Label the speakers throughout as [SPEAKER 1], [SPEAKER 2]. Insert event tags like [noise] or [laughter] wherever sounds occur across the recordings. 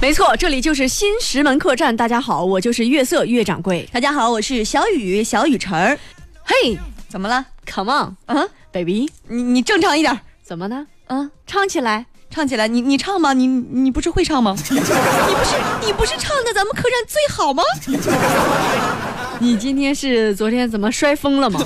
[SPEAKER 1] 没错，这里就是新石门客栈。大家好，我就是月色月掌柜。
[SPEAKER 2] 大家好，我是小雨，小雨晨儿。
[SPEAKER 1] 嘿、
[SPEAKER 2] 怎么了？
[SPEAKER 1] c o m e
[SPEAKER 2] 啊，
[SPEAKER 1] on，baby，
[SPEAKER 2] 你你正常一点儿
[SPEAKER 1] 怎么呢？
[SPEAKER 2] 啊，
[SPEAKER 1] 唱起来。
[SPEAKER 2] 唱起来，你你唱吧，你你不是会唱 [laughs] 吗？你不是你不是唱的咱们客栈最好吗？
[SPEAKER 1] 你今天是昨天怎么摔疯 [laughs] 了吗？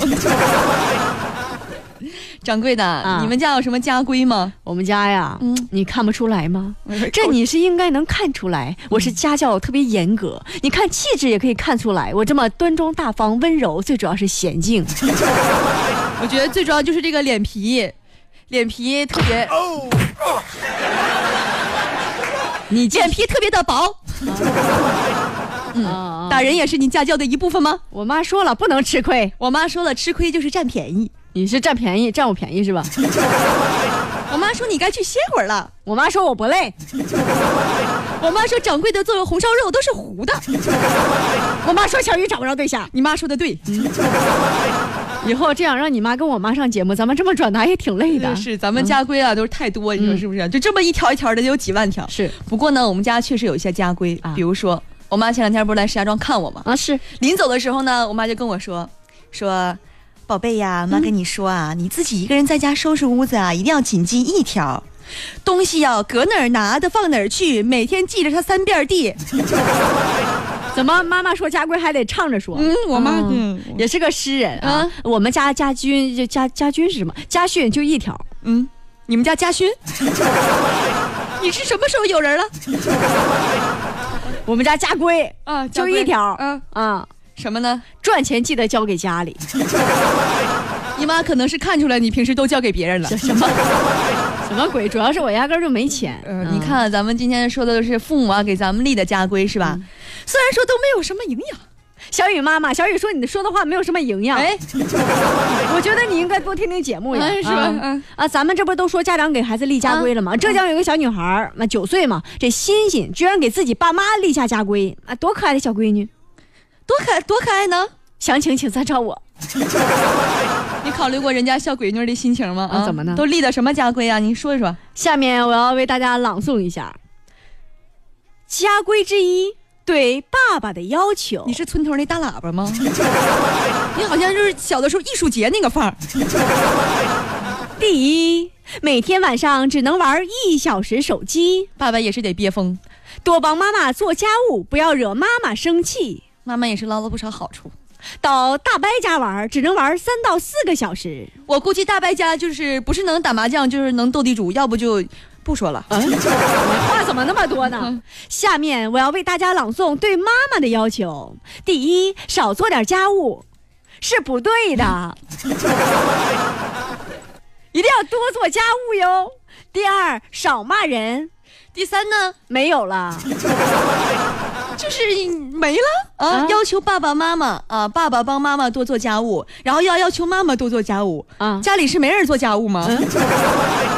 [SPEAKER 2] 掌柜的，你们家有什么家规吗？
[SPEAKER 1] 我们家呀，
[SPEAKER 2] 嗯
[SPEAKER 1] 你看不出来吗？这你是应该能看出来，我是家教特别严格。你看气质也可以看出来，我这么端庄大方、温柔，最主要是娴静。
[SPEAKER 2] 我觉得最主要就是这个脸皮，脸皮特别，
[SPEAKER 1] 你这
[SPEAKER 2] 脸皮特别的薄，
[SPEAKER 1] 啊
[SPEAKER 2] 打人也是你家教的一部分吗？
[SPEAKER 1] 我妈说了不能吃亏，
[SPEAKER 2] 我妈说了，吃亏就是占便宜。
[SPEAKER 1] 你是占便宜占我便宜是吧？
[SPEAKER 2] 我妈说你该去歇会儿了。
[SPEAKER 1] [laughs] 我妈说我不累，
[SPEAKER 2] 我妈说掌柜的做的红烧肉都是糊的。
[SPEAKER 1] 我妈说小雨找不着对象。
[SPEAKER 2] 你妈说的对，
[SPEAKER 1] [laughs] 以后这样让你妈跟我妈上节目，咱们这么转达也挺累的。嗯
[SPEAKER 2] 是咱们家规啊，都是太多，你说是不是？就这么一条一条的，得有几万条。
[SPEAKER 1] 是
[SPEAKER 2] 不过呢，我们家确实有一些家规
[SPEAKER 1] 啊，
[SPEAKER 2] 比如说，我妈前两天不是来石家庄看我吗？
[SPEAKER 1] 啊，是
[SPEAKER 2] 临走的时候呢，我妈就跟我说，说。宝
[SPEAKER 1] 嗯
[SPEAKER 2] 贝呀，妈跟你说啊，你自己一个人在家收拾屋子啊，一定要谨记一条，东西要搁哪儿拿的放哪儿去，每天记着它三遍地。
[SPEAKER 1] 怎么妈妈说家规还得唱着说？
[SPEAKER 2] 嗯，我妈嗯
[SPEAKER 1] 嗯也是个诗人啊。
[SPEAKER 2] 啊
[SPEAKER 1] 我们家家军就家家军是什么？家训就一条，
[SPEAKER 2] 嗯，你们家家熏？你是什么时候有人了？
[SPEAKER 1] 我们家家规
[SPEAKER 2] 啊，
[SPEAKER 1] 就一条
[SPEAKER 2] 嗯，
[SPEAKER 1] 啊，
[SPEAKER 2] 什么呢？
[SPEAKER 1] 赚钱记得交给家 [laughs] 里。
[SPEAKER 2] 你妈可能是看出来你平时都交给别人了。
[SPEAKER 1] [laughs]
[SPEAKER 2] 什么？
[SPEAKER 1] 什么鬼？主要是我压根儿就没钱。
[SPEAKER 2] 嗯，你看咱们今天说的都是父母啊给咱们立的家规是吧？
[SPEAKER 1] 嗯
[SPEAKER 2] 虽然说都没有什么营养，
[SPEAKER 1] 小雨妈妈，小雨说你说的话没有什么营养。
[SPEAKER 2] 哎，
[SPEAKER 1] [laughs] 我觉得你应该多听听节目呀，
[SPEAKER 2] 哎是吧
[SPEAKER 1] 啊
[SPEAKER 2] 嗯
[SPEAKER 1] 啊，咱们这不都说家长给孩子立家规了吗？浙江有个小女孩儿，那九岁嘛，这欣欣居然给自己爸妈立下家规，啊，多可爱的小闺女！
[SPEAKER 2] 多可 [laughs] 多可爱呢！
[SPEAKER 1] 详情请参照我。
[SPEAKER 2] 你考虑过人家小闺女的心情吗？
[SPEAKER 1] 啊怎么呢哦
[SPEAKER 2] 都立的什么家规啊？你说一说。
[SPEAKER 1] 下面我要为大家朗诵一下家规之一对爸爸的要求。
[SPEAKER 2] 你是村头那大喇
[SPEAKER 1] [laughs]
[SPEAKER 2] 叭吗？你好像就是小的时候艺术节那个范儿。
[SPEAKER 1] 第一，每天晚上只能玩一小时手机，
[SPEAKER 2] 爸爸也是得憋疯，
[SPEAKER 1] 多帮妈妈做家务，不要惹妈妈生气。
[SPEAKER 2] 妈妈也是捞了不少好处。
[SPEAKER 1] 到大伯家玩儿只能玩三到四个小时。
[SPEAKER 2] 我估计大伯家就是不是能打麻将，就是能斗地主，要不就不说了。
[SPEAKER 1] 话怎么那么多
[SPEAKER 2] 嗯
[SPEAKER 1] 呢？下面我要为大家朗诵对妈妈的要求：第一，少做点家务是不对的， [laughs] 一定要多做家务哟。第二，少骂人，
[SPEAKER 2] 第三呢，
[SPEAKER 1] 没有了。
[SPEAKER 2] 就是没了啊，
[SPEAKER 1] 啊
[SPEAKER 2] 要求爸爸妈妈啊，爸爸帮妈妈多做家务，然后要要求妈妈多做家务
[SPEAKER 1] 啊
[SPEAKER 2] 家里是没人做家务吗？
[SPEAKER 1] 嗯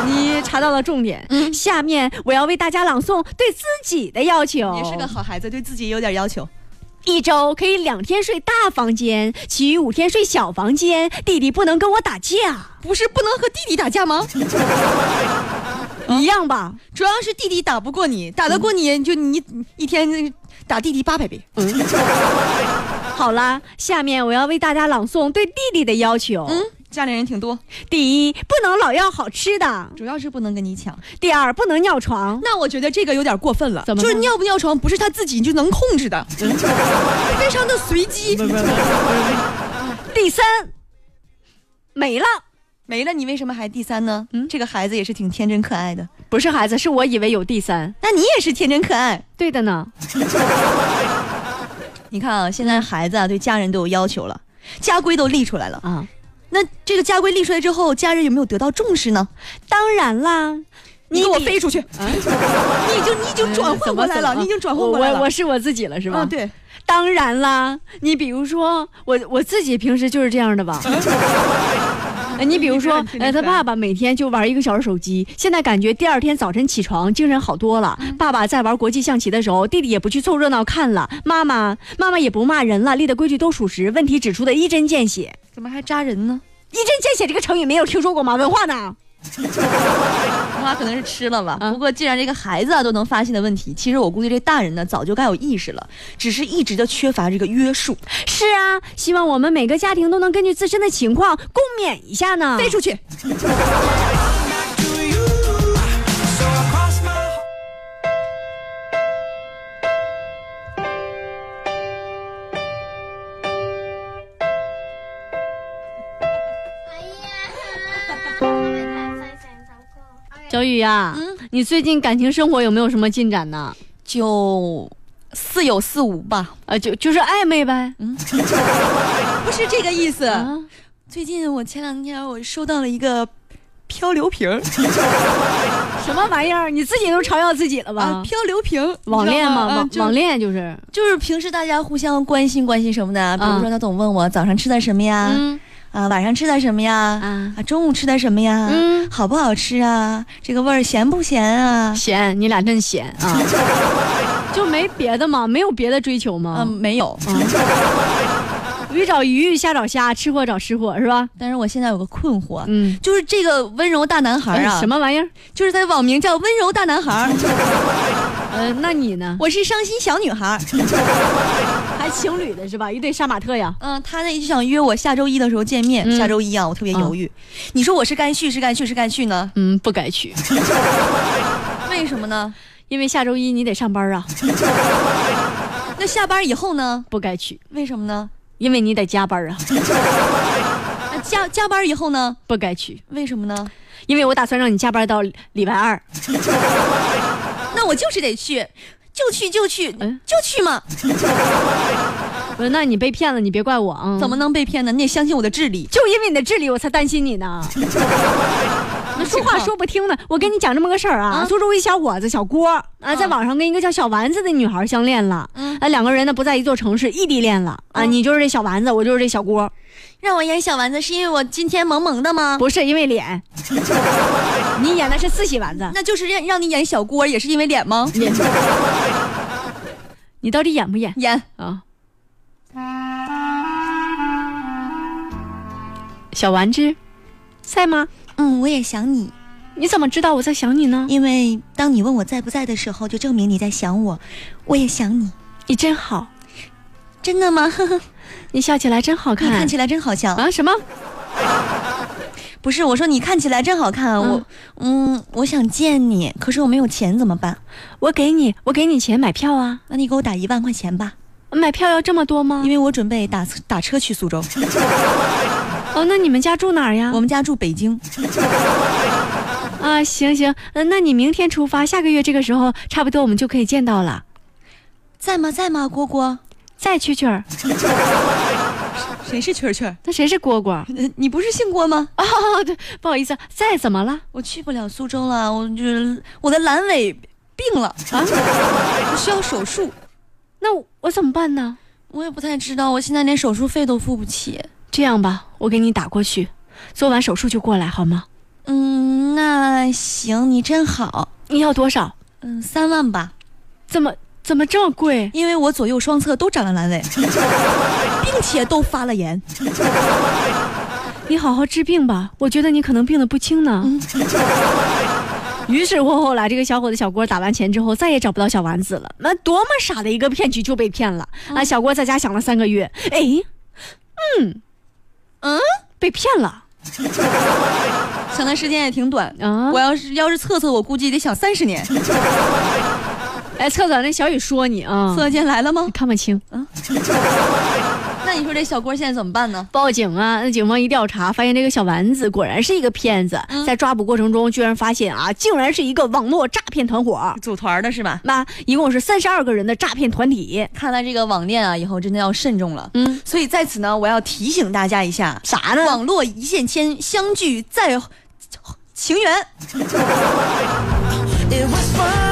[SPEAKER 1] 你查到了重点。
[SPEAKER 2] 嗯
[SPEAKER 1] 下面我要为大家朗诵对自己的要求：
[SPEAKER 2] 也是个好孩子，对自己有点要求。
[SPEAKER 1] 一周可以两天睡大房间，其余五天睡小房间。弟弟不能跟我打架，
[SPEAKER 2] 不是不能和弟弟打架吗？
[SPEAKER 1] 一样吧？
[SPEAKER 2] 主要是弟弟打不过你，打得过你就你你一天打弟弟八百遍。
[SPEAKER 1] 好啦，下面我要为大家朗诵对弟弟的要求。
[SPEAKER 2] 嗯，家里人挺多，
[SPEAKER 1] 第一，不能老要好吃的；
[SPEAKER 2] 主要是不能跟你抢。
[SPEAKER 1] 第二，不能尿床。
[SPEAKER 2] 那我觉得这个有点过分了，
[SPEAKER 1] 怎么
[SPEAKER 2] 就是
[SPEAKER 1] 呢
[SPEAKER 2] 尿不尿床不是他自己就能控制的，非常的随机。
[SPEAKER 1] 第三，没了，
[SPEAKER 2] 没了，你为什么还第三呢？嗯，这个孩子也是挺天真可爱的。
[SPEAKER 1] 不是孩子，是我以为有第三。
[SPEAKER 2] 那你也是天真可爱。
[SPEAKER 1] 对的呢，
[SPEAKER 2] 你看啊，现在孩子啊对家人都有要求了，家规都立出来了。
[SPEAKER 1] 啊，
[SPEAKER 2] 那这个家规立出来之后，家人有没有得到重视呢？
[SPEAKER 1] 当然啦，
[SPEAKER 2] 你啊哎给我飞
[SPEAKER 1] 出
[SPEAKER 2] 出去！你已经你已经转换过来了，你已经转换过来了。
[SPEAKER 1] 我我是我自己了，是吧？
[SPEAKER 2] 啊，。对，
[SPEAKER 1] 当然啦，你比如说我我自己平时就是这样的 [laughs] 吧。呃你比如说
[SPEAKER 2] 你这个人，
[SPEAKER 1] 呃，
[SPEAKER 2] 真
[SPEAKER 1] 他
[SPEAKER 2] 可爱
[SPEAKER 1] 爸爸每天就玩一个小时手机，现在感觉第二天早晨起床精神好多了。爸爸在玩国际象棋的时候，弟弟也不去凑热闹看了，妈妈妈妈也不骂人了，立的规矩都属实，问题指出的一针见血。
[SPEAKER 2] 怎么还扎人呢？
[SPEAKER 1] 一针见血这个成语没有听说过吗？文化呢？
[SPEAKER 2] 啊，妈可能是吃了吧。
[SPEAKER 1] 啊
[SPEAKER 2] 不过既然这个孩子啊都能发现的问题，其实我估计这大人呢早就该有意识了，只是一直的缺乏这个约束。
[SPEAKER 1] 是啊，希望我们每个家庭都能根据自身的情况共勉一下呢。
[SPEAKER 2] 飞出去！
[SPEAKER 3] to you. So I cross my heart.
[SPEAKER 4] [laughs] 哎呀，他在想唱歌。
[SPEAKER 1] 小雨呀、
[SPEAKER 2] 啊
[SPEAKER 1] 你最近感情生活有没有什么进展呢？
[SPEAKER 2] 就似有似无吧，
[SPEAKER 1] 呃，就就是暧昧呗。
[SPEAKER 2] 不是这个意思。
[SPEAKER 1] 啊，
[SPEAKER 2] 最近我前两天我收到了一个漂流瓶儿
[SPEAKER 1] 什么玩意儿？你自己都嘲笑自己了吧？
[SPEAKER 2] 啊，漂流瓶儿
[SPEAKER 1] 网恋嘛，
[SPEAKER 2] 你知道啊
[SPEAKER 1] 网网
[SPEAKER 2] 就是
[SPEAKER 1] 恋嗯就是，
[SPEAKER 2] 就是平时大家互相关心关心什么的，比如说他总问我早上吃的什么呀，
[SPEAKER 1] 嗯
[SPEAKER 2] 啊晚上吃的什么呀，
[SPEAKER 1] 啊，
[SPEAKER 2] 啊中午吃的什么呀，
[SPEAKER 1] 嗯，
[SPEAKER 2] [laughs] 好不好吃啊，这个味儿咸不咸啊？
[SPEAKER 1] 闲，你俩真闲啊， [laughs] 就没别的吗？没有别的追求
[SPEAKER 2] 嗯，
[SPEAKER 1] 吗？啊
[SPEAKER 2] 没有。
[SPEAKER 1] 鱼找鱼，虾找虾，吃货找吃货是吧？
[SPEAKER 2] 但是我现在有个困惑，
[SPEAKER 1] 嗯，
[SPEAKER 2] 就是这个温柔大男孩啊，
[SPEAKER 1] 哎什？么玩意儿？
[SPEAKER 2] 就是他网名叫温柔大男孩，
[SPEAKER 1] 呃，那你呢？
[SPEAKER 2] 我是伤心小女 [laughs] 孩。
[SPEAKER 1] 还情侣的是吧？一对杀马特呀。
[SPEAKER 2] 嗯，他那就想约我下周一的时候见面。
[SPEAKER 1] 嗯
[SPEAKER 2] 下周一啊，我特别犹豫。你说我是该去是该去是该去呢？
[SPEAKER 1] 嗯，不该去，
[SPEAKER 2] 为什么呢？
[SPEAKER 1] 因为下周一你得上班啊，
[SPEAKER 2] 那下班以后呢？
[SPEAKER 1] 不该去，
[SPEAKER 2] 为什么呢？
[SPEAKER 1] 因为你得加班啊，
[SPEAKER 2] 那加加班以后呢？
[SPEAKER 1] 不该去，
[SPEAKER 2] 为什么呢？
[SPEAKER 1] 因为我打算让你加班到礼拜二。
[SPEAKER 2] 那我就是得去，就去就去、
[SPEAKER 1] 嗯
[SPEAKER 2] 就去嘛，
[SPEAKER 1] 我呃说那你被骗了，你别怪我啊。
[SPEAKER 2] 怎么能被骗呢？你得相信我的智力。
[SPEAKER 1] 就因为你的智力，我才担心你呢。 [laughs] 那说话说不听的，我跟你讲这么个事儿啊，
[SPEAKER 2] 啊
[SPEAKER 1] 苏州一小伙子小郭啊，在网上跟一个叫小丸子的女孩相恋了，
[SPEAKER 2] 嗯
[SPEAKER 1] 啊，两个人呢不在一座城市，异地恋了啊，
[SPEAKER 2] 嗯
[SPEAKER 1] 你就是这小丸子，我就是这小郭，
[SPEAKER 2] 让我演小丸子是因为我今天萌萌的吗？
[SPEAKER 1] 不是因为 [laughs] 脸，你演的是四喜丸子，
[SPEAKER 2] 那就是让让你演小郭也是因为脸吗？
[SPEAKER 1] 演，你到底演不演
[SPEAKER 2] 演
[SPEAKER 1] 啊？小丸子，在吗？
[SPEAKER 2] 嗯，我也想你，
[SPEAKER 1] 你怎么知道我在想你呢？
[SPEAKER 2] 因为当你问我在不在的时候，就证明你在想我，我也想你。
[SPEAKER 1] 你真好。
[SPEAKER 2] 真的 [laughs] 吗？呵呵，
[SPEAKER 1] 你笑起来真好
[SPEAKER 2] 你
[SPEAKER 1] 看，
[SPEAKER 2] 看起来真好笑。
[SPEAKER 1] 啊什么？
[SPEAKER 2] 不是，我说你看起来真好看，啊
[SPEAKER 1] 嗯
[SPEAKER 2] 我嗯，我想见你，可是我没有钱怎么办？
[SPEAKER 1] 我给你，我给你钱买票啊！
[SPEAKER 2] 那你给我打一万块钱吧，
[SPEAKER 1] 买票要这么多吗
[SPEAKER 2] 因？为我准备打打车去苏州。
[SPEAKER 1] 哦，那你们家住哪儿呀
[SPEAKER 2] 我？们家住北京，
[SPEAKER 1] 啊，行行，呃那你明天出发，下个月这个时候差不多我们就可以见到了。
[SPEAKER 2] 在吗？在吗？蝈蝈，
[SPEAKER 1] 在蛐蛐儿，
[SPEAKER 2] 谁是蛐蛐？
[SPEAKER 1] 那谁是蝈
[SPEAKER 2] [laughs]
[SPEAKER 1] 蝈？
[SPEAKER 2] 呃你不是姓郭吗？啊，
[SPEAKER 1] 哦，对，不好意思，在怎么了？
[SPEAKER 2] 我去不了苏州了，我就是我的阑尾病了啊，我需要手术，
[SPEAKER 1] 那我我怎么办呢？
[SPEAKER 2] 我也不太知道，我现在连手术费都付不起。
[SPEAKER 1] 这样吧，我给你打过去，做完手术就过来好吗？
[SPEAKER 2] 嗯，那行，你真好。
[SPEAKER 1] 你要多少？
[SPEAKER 2] 嗯，三万吧，
[SPEAKER 1] 怎么怎么这么贵？
[SPEAKER 2] 因为我左右双侧都长了阑尾， [laughs] 并且都发了炎。
[SPEAKER 1] 你好好治病吧，我觉得你可能病得不轻呢。 [laughs] 于是乎后来，这个小伙子小郭打完钱之后，再也找不到小丸子了。那多么傻的一个骗局就被骗了、啊！小郭在家想了三个月，哎，嗯嗯，被骗了
[SPEAKER 2] 想的时间也挺短，
[SPEAKER 1] 啊！
[SPEAKER 2] 嗯我要是要是测测，我估计得想三十年。
[SPEAKER 1] 哎，策策，那小雨说你啊，
[SPEAKER 2] 测见来了吗
[SPEAKER 1] 你？看不清。
[SPEAKER 2] 那你说这小郭现在怎么办呢？
[SPEAKER 1] 报警啊！那警方一调查，发现这个小丸子果然是一个骗子。在抓捕过程中，居然发现啊，竟然是一个网络诈骗团伙。
[SPEAKER 2] 组团的是吧？
[SPEAKER 1] 那一共是三十二个人的诈骗团体。
[SPEAKER 2] 看来这个网恋啊，以后真的要慎重了。
[SPEAKER 1] 嗯，
[SPEAKER 2] 所以在此呢，我要提醒大家一下，
[SPEAKER 1] 啥呢？
[SPEAKER 2] 网络一线牵，相聚在情缘。
[SPEAKER 3] It was fun